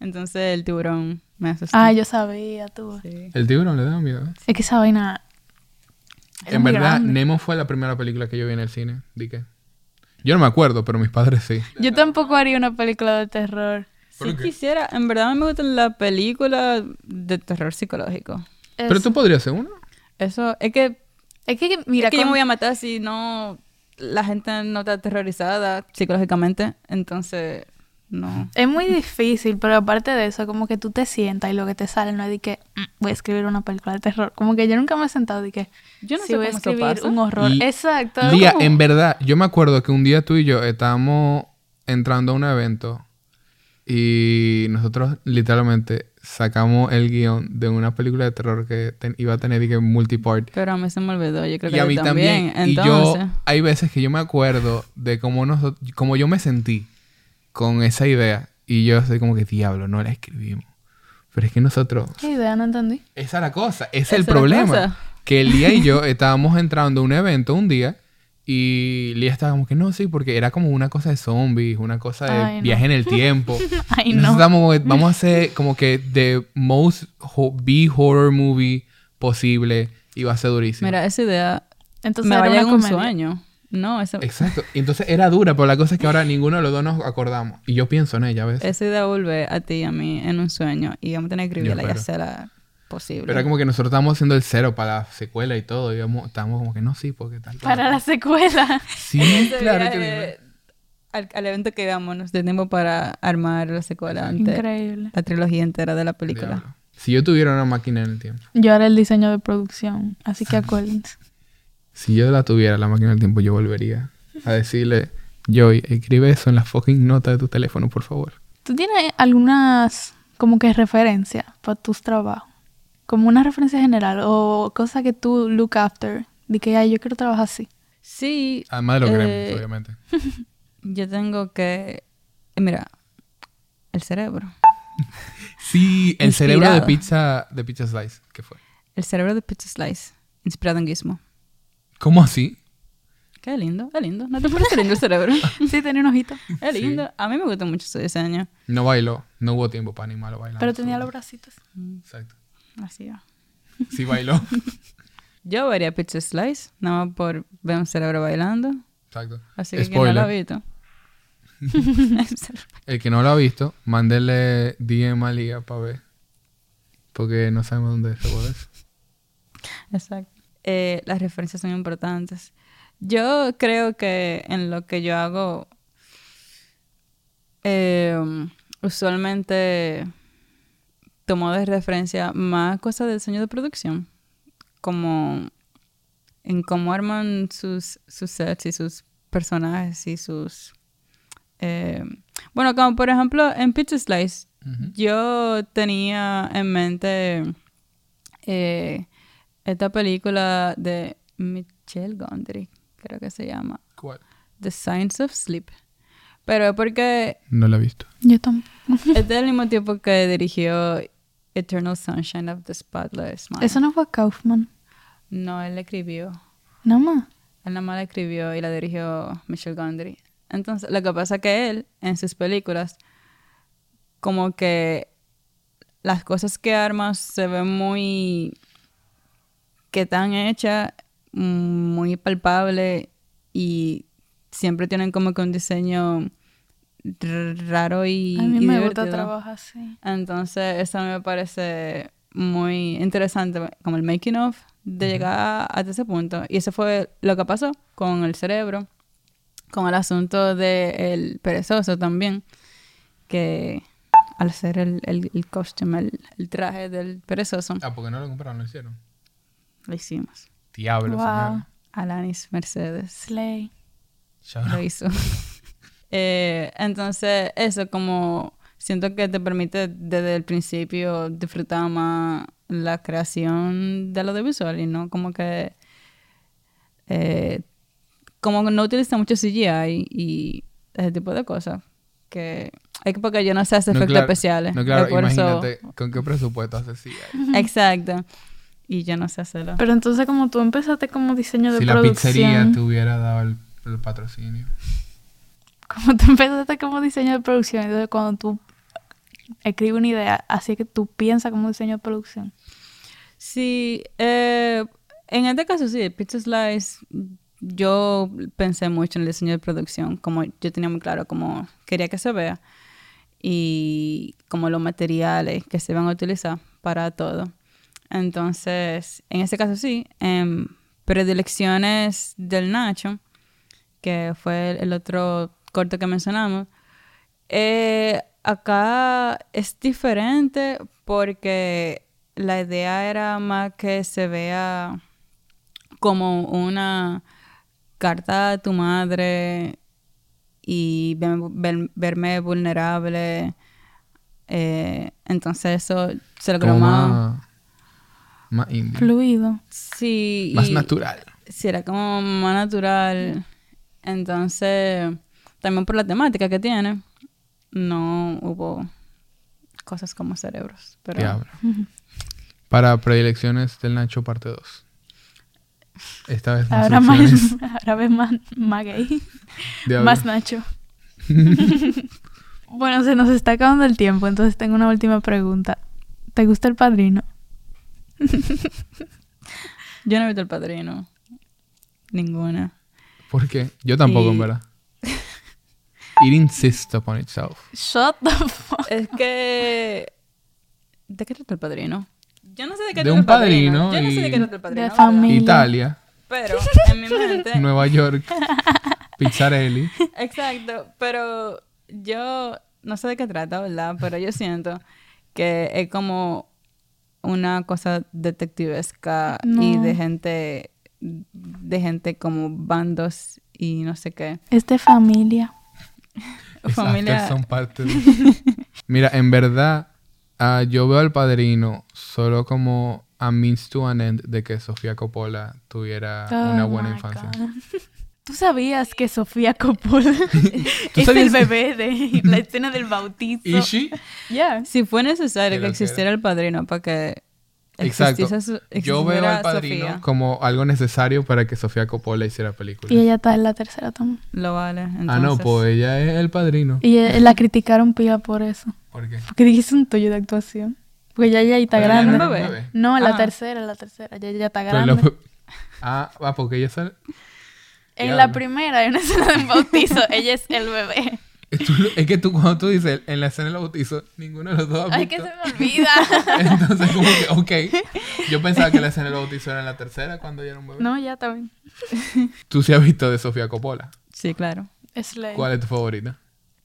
entonces el tiburón me asustó. Ah, yo sabía, tú. Sí. El tiburón le da miedo. Es que esa vaina. era en muy verdad, grande. Nemo fue la primera película que yo vi en el cine. Di que. Yo no me acuerdo, pero mis padres sí. Yo tampoco haría una película de terror. Si quisiera, en verdad a mí me gustan las películas de terror psicológico. Es, Pero tú podrías hacer una. Eso es que, es que, mira, es que yo me con- voy a matar si no la gente no está aterrorizada psicológicamente, entonces no. es muy difícil, pero aparte de eso, como que tú te sientas y lo que te sale no es de que "Mm, voy a escribir una película de terror. Como que yo nunca me he sentado y que Yo no "Sí, sé voy a cómo eso escribir pasa". un horror. Y- Exacto. Día, como- en verdad, yo me acuerdo que un día tú y yo estábamos entrando a un evento y nosotros literalmente sacamos el guión de una película de terror que ten- iba a tener y que multipart. Pero a mí se me olvidó, yo creo que Y a ti mí también. Y yo, Entonces, hay veces que yo me acuerdo de cómo, nosotros, cómo yo me sentí con esa idea y yo soy como que, diablo, no la escribimos. Pero es que nosotros ¿Qué idea? No entendí. esa es la cosa, ese es Esa el es la problema. cosa. Que Lía y yo estábamos entrando a un evento un día y Lía estaba como que no, sí, porque era como una cosa de zombies, una cosa de Ay, no. viaje en el tiempo. Ay, Y nosotros no. estábamos como que, vamos a hacer como que the most ho- B-horror movie posible y va a ser durísimo. mira, esa idea Entonces me era vaya una en un comedia. sueño. No, esa, Exacto. Y entonces era dura, pero la cosa es que ahora ninguno de los dos nos acordamos. Y yo pienso en ella, ¿ves? esa idea vuelve a ti y a mí en un sueño y vamos a tener que Yo escribirla y espero. hacerla posible. Pero era como que nosotros estábamos haciendo el cero para la secuela y todo. Y íbamos- estábamos como que no, sí, porque tal. tal, Para la secuela. Sí, Ese claro viaje que ¿eh? dime. al, al evento que íbamos nos dio tiempo para armar la secuela ante- Increíble. la trilogía entera de la película. Diablo. Si yo tuviera una máquina en el tiempo, Yo haré el diseño de producción, así Ah. que acuérdense. si yo la tuviera, la máquina del tiempo, yo volvería a decirle, Joy, escribe eso en la fucking nota de tu teléfono, por favor. ¿Tú tienes algunas como que referencias para tus trabajos? Como una referencia general o cosa que tú look after. De que, ay, yo quiero trabajar así. Sí, Además de lo que Eh, queremos, obviamente. yo tengo que... eh, Mira, el cerebro. Sí, el inspirado. cerebro de pizza, de pizza slice, ¿qué fue? El cerebro de Pizza Slice, inspirado en Gizmo. ¿Cómo así? Qué lindo, qué lindo. ¿No te parece lindo el cerebro? Sí, tenía un ojito. Es lindo. A mí me gusta mucho su diseño. No bailó, no hubo tiempo para animarlo bailando. Pero tenía los bracitos. Exacto. Así va. Sí bailó. Yo vería Pizza Slice, nada más por ver un cerebro bailando. Exacto. Así que quien no Spoiler. lo ha visto. El cerebro. El que no lo ha visto, mándele DM a Liga para ver. Porque no sabemos dónde se puede. Exacto. Eh, las referencias son importantes. Yo creo que en lo que yo hago, eh, usualmente tomo de referencia más cosas de diseño de producción, como en cómo arman sus, sus sets y sus personajes y sus... eh, bueno, como por ejemplo en Pizza Slice, yo tenía en mente eh, esta película de Michelle Gondry, creo que se llama ¿Cuál? The Science of Sleep. Pero es porque No lo he visto. Yo tampoco. es del mismo tiempo que dirigió Eternal Sunshine of the Spotless Mind. Eso no fue Kaufman. No, él la escribió. Nada más. Él nada más la escribió y la dirigió Michelle Gondry. Entonces, lo que pasa es que él, en sus películas, como que las cosas que arma se ven muy... que están hechas, mm, muy palpable y siempre tienen como que un diseño r- raro y... A mí y me gusta divertido. trabajar así. Entonces, eso a mí me parece muy interesante, como el making of, de llegar hasta ese punto. Y eso fue lo que pasó con el cerebro, con el asunto del perezoso también, que al hacer el, el, el costume, el, el traje del perezoso, Ah, porque no lo compraron, lo hicieron. lo hicimos. Diablo, Wow. señora. Alanis Mercedes Slay. Ya. lo hizo. Eh, entonces, eso como siento que te permite desde el principio disfrutar más la creación de lo audiovisual y no como que eh, como no utiliza mucho CGI y ese tipo de cosas que Es que porque yo no sé hacer efectos claro, especiales. No, claro, es por eso- imagínate con qué presupuesto eh? haces sí. Exacto. Y yo no sé hacerlo. Pero entonces como tú empezaste como diseño de Si la producción. pizzería te hubiera dado el, el patrocinio. Como tú empezaste como diseño de producción, entonces cuando tú escribes una idea, así que tú piensas como diseño de producción. Sí, eh, en este caso sí, Pizza Slice, yo pensé mucho en el diseño de producción, como yo tenía muy claro cómo quería que se vea y como los materiales que se van a utilizar para todo. Entonces, en este caso sí, em, predilecciones del Nacho, que fue el- el otro corto que mencionamos, eh, acá es diferente porque la idea era más que se vea como una carta a tu madre y ver- ver- verme vulnerable. Eh, entonces eso se logró Como más. más, más indie. Fluido. Sí. Más y- natural. Sí, era como más natural. Entonces, también por la temática que tiene, no hubo cosas como cerebros. Pero Diablo. Para predilecciones del Nacho parte 2. Esta vez más Ahora más, opciones. ahora ves más, más gay. Diablo. Más Nacho. bueno, se nos está acabando el tiempo, entonces tengo una última pregunta. ¿Te gusta el padrino? yo no he visto el padrino. Ninguna. ¿Por qué? Yo tampoco, en Y- verdad. It insists upon itself. Shut the fuck. Es que. ¿De qué trata el padrino? Yo no sé de qué De trata un el padrino. padrino Yo no sé de y- qué trata el padrino. De la verdad. familia. Mila. Italia, Pero en mi mente. Nueva York, Pizzarelli. Exacto, pero yo no sé de qué trata, ¿verdad? Pero yo siento que es como una cosa detectivesca y No. de gente, de gente como bandos y no sé qué. Es de familia. Esas Familia- tres son parte de- Mira, en verdad, ah, yo veo al padrino solo como a means to an end de que Sofía Coppola tuviera Ah, una Oh buena my infancia. God. ¿Tú sabías que Sofía Coppola es el sabías- bebé de la escena del bautizo? ¿Y she? Yeah. Si fue necesario Que que lo existiera el padrino para que Exacto. existiese su- Yo veo existiera al padrino Sofía, como algo necesario para que Sofía Coppola hiciera películas. Y ella está en la tercera toma. Lo vale. Ah, no, entonces. pues ella es el padrino. Y eh, la criticaron pila por eso. ¿Por qué? Porque dijiste un tuyo de actuación. Porque ya ella está Pero ella grande. no era un bebé. No, la Ah. tercera, la tercera. Ya ella está Pero grande. lo- Ah, ah, porque ella sale. En Diablo. la primera, en una escena de bautizo, ella es el bebé. Tú- es que tú, cuando tú dices en la escena del bautizo, ninguno de los dos ha Ay, que visto. se me olvida. Entonces, como que, ok. Yo pensaba que la escena del bautizo era en la tercera cuando ella era un bebé. no, ya también. Tú sí has visto de Sofía Coppola. Sí, claro. Es ley. ¿Cuál es tu favorita?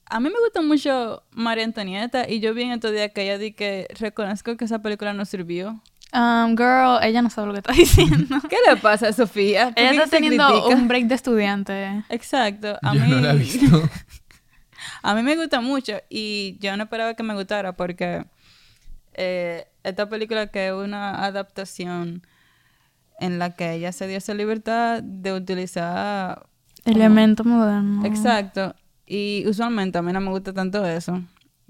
A mí me gusta mucho María Antonieta y yo vi en estos días que ella di que reconozco que esa película no sirvió. Um, girl, ella no sabe lo que está diciendo. ¿Qué le pasa a Sofía? ¿Por ella qué está se teniendo critica? un break de estudiante. Exacto. A yo mí... no la he visto. A mí me gusta mucho y yo no esperaba que me gustara porque eh, esta película que es una adaptación en la que ella se dio esa libertad de utilizar... Elemento moderno. Exacto. Y usualmente a mí no me gusta tanto eso,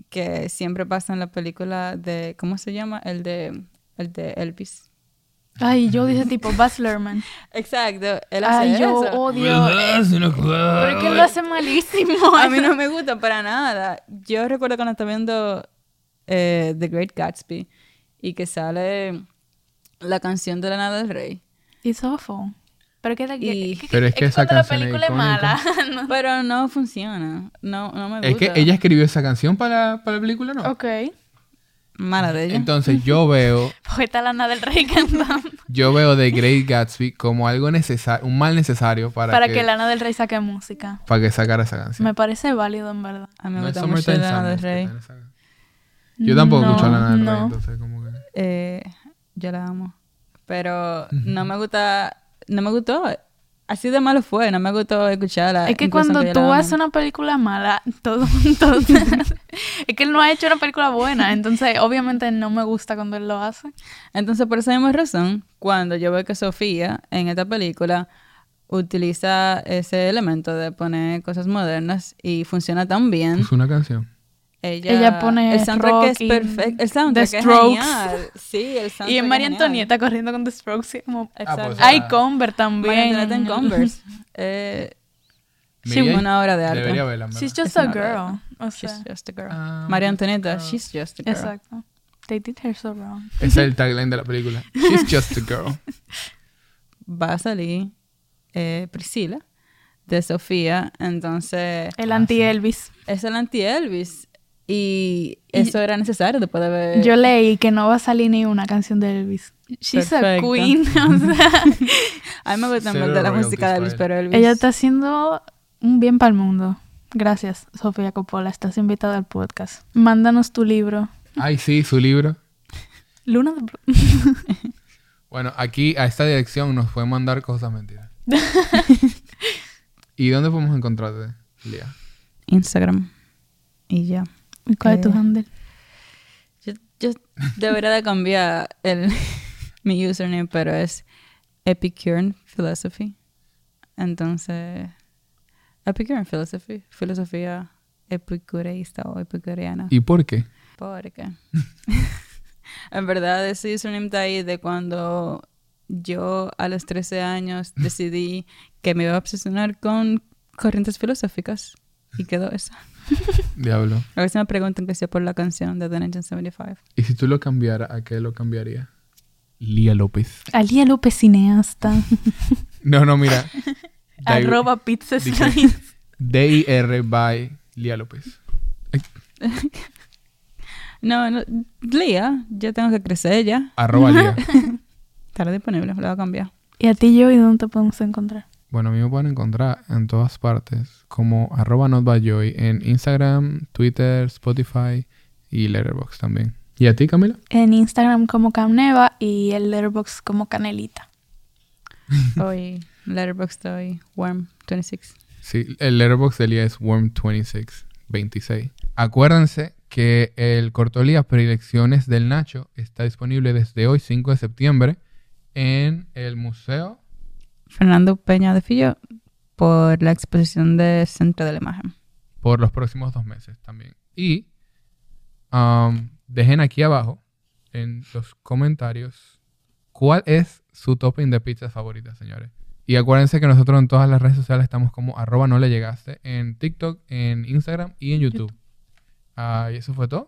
que siempre pasa en la película de... ¿Cómo se llama? El de, el de Elvis. Ay, yo dije tipo Buzz Lerman. Exacto. Él hace Ay, yo eso. odio. Pero que lo hace malísimo. A mí no me gusta para nada. Yo recuerdo cuando estaba viendo eh, The Great Gatsby y que sale la canción de Lana del Rey. It's awful. Pero que, la- Y- que- Pero es que esa cuando canción es la película es mala. no. Pero no funciona. No, no me gusta. Es que ella escribió esa canción para, para la película, ¿no? Ok. Mala de ella. Entonces, yo veo Porque está Lana del Rey cantando. Yo veo The Great Gatsby como algo necesario, un mal necesario para, Para que, que Lana del Rey saque música. para que sacara esa canción. Me parece válido, en verdad. a mí me No es gusta mucho Summertime Lana del Sadness que Rey. tiene esa- Yo tampoco No, escucho a Lana del Rey, no. entonces como que... Eh, yo la amo. Pero no me gusta... No me gustó. Así de malo fue. No me gustó escucharla. Es que incluso cuando aunque yo pues la tú amo. haces una película mala, todo, todo es que él no ha hecho una película buena, entonces obviamente no me gusta cuando él lo hace. Entonces, por esa misma razón, cuando yo veo que Sofía en esta película utiliza ese elemento de poner cosas modernas y funciona tan bien, Puso una canción. Ella, Ella pone el soundtrack rock y es perfecto. El soundtrack The es Strokes. genial. Sí, el soundtrack Y es María es genial. Antonieta corriendo con The Strokes. sí, como- Exacto. pues, Ay, ah, Conver María también. Antonieta en Converse. Eh, sí, Miguel, una obra de arte. Debería verla, en She's verdad. just Es a una girl. O sea, She's just a girl. Ah, María Antonieta, girl. she's just a girl. exacto. They did her so wrong. Ese es el tagline de la película. She's just a girl. Va a salir eh, Priscila de Sofía. Entonces, El Ah, sí. anti-Elvis. es el anti-Elvis. Y eso era necesario después de ver. Yo leí que no va a salir ni una canción de Elvis. She's Perfecto. a queen. O sea, A mí me gusta Cero mucho la royalties música de Elvis, para pero Elvis. ella está haciendo un bien para el mundo. Gracias, Sofía Coppola. Estás invitada al podcast. Mándanos tu libro. Ay, sí, su libro. Luna de... Bru- Bueno, aquí a esta dirección nos pueden mandar cosas mentiras. ¿Y dónde podemos encontrarte, Lía? Instagram. Y ya. ¿Y ¿Cuál es tu Eh, handle? Yo, yo debería de cambiar el, mi username, pero es Epicurean Philosophy. Entonces, Epicurean Philosophy, filosofía epicureísta o epicureana. ¿Y por qué? Porque, en verdad, ese username está ahí de cuando yo a los 13 años decidí que me iba a obsesionar con corrientes filosóficas. Y quedó esa. Diablo. A veces me preguntan que sea por la canción de The 1975. ¿Y si tú lo cambiaras, a qué lo cambiaría? Lía López. Alía López Cineasta. No, no, mira. Di- Arroba Pizza Dice- Slice. D-I-R by Lía López. No, no, Lía, yo tengo que crecer ya. Arroba Lía. Estará disponible, lo voy a cambiar. Y a ti, yo, ¿y dónde te podemos encontrar? Bueno, a mí me pueden encontrar en todas partes como arroba notbyjoy en Instagram, Twitter, Spotify y Letterboxd también. ¿Y a ti, Camila? En Instagram como Camneva y el Letterboxd como Canelita. Hoy, Letterboxd, hoy, Worm26. Sí, el letterbox de Lía es Worm2626. Acuérdense que el cortolía Prelecciones del Nacho está disponible desde hoy, 5 de septiembre, en el Museo. Fernando Peña de Fillo por la exposición de Centro de la Imagen. por los próximos dos meses también. Y um, dejen aquí abajo en los comentarios cuál es su topping de pizza favorita, señores. Y acuérdense que nosotros en todas las redes sociales estamos como arroba no le llegaste, en TikTok, en Instagram y en YouTube. Ah, y eso fue todo.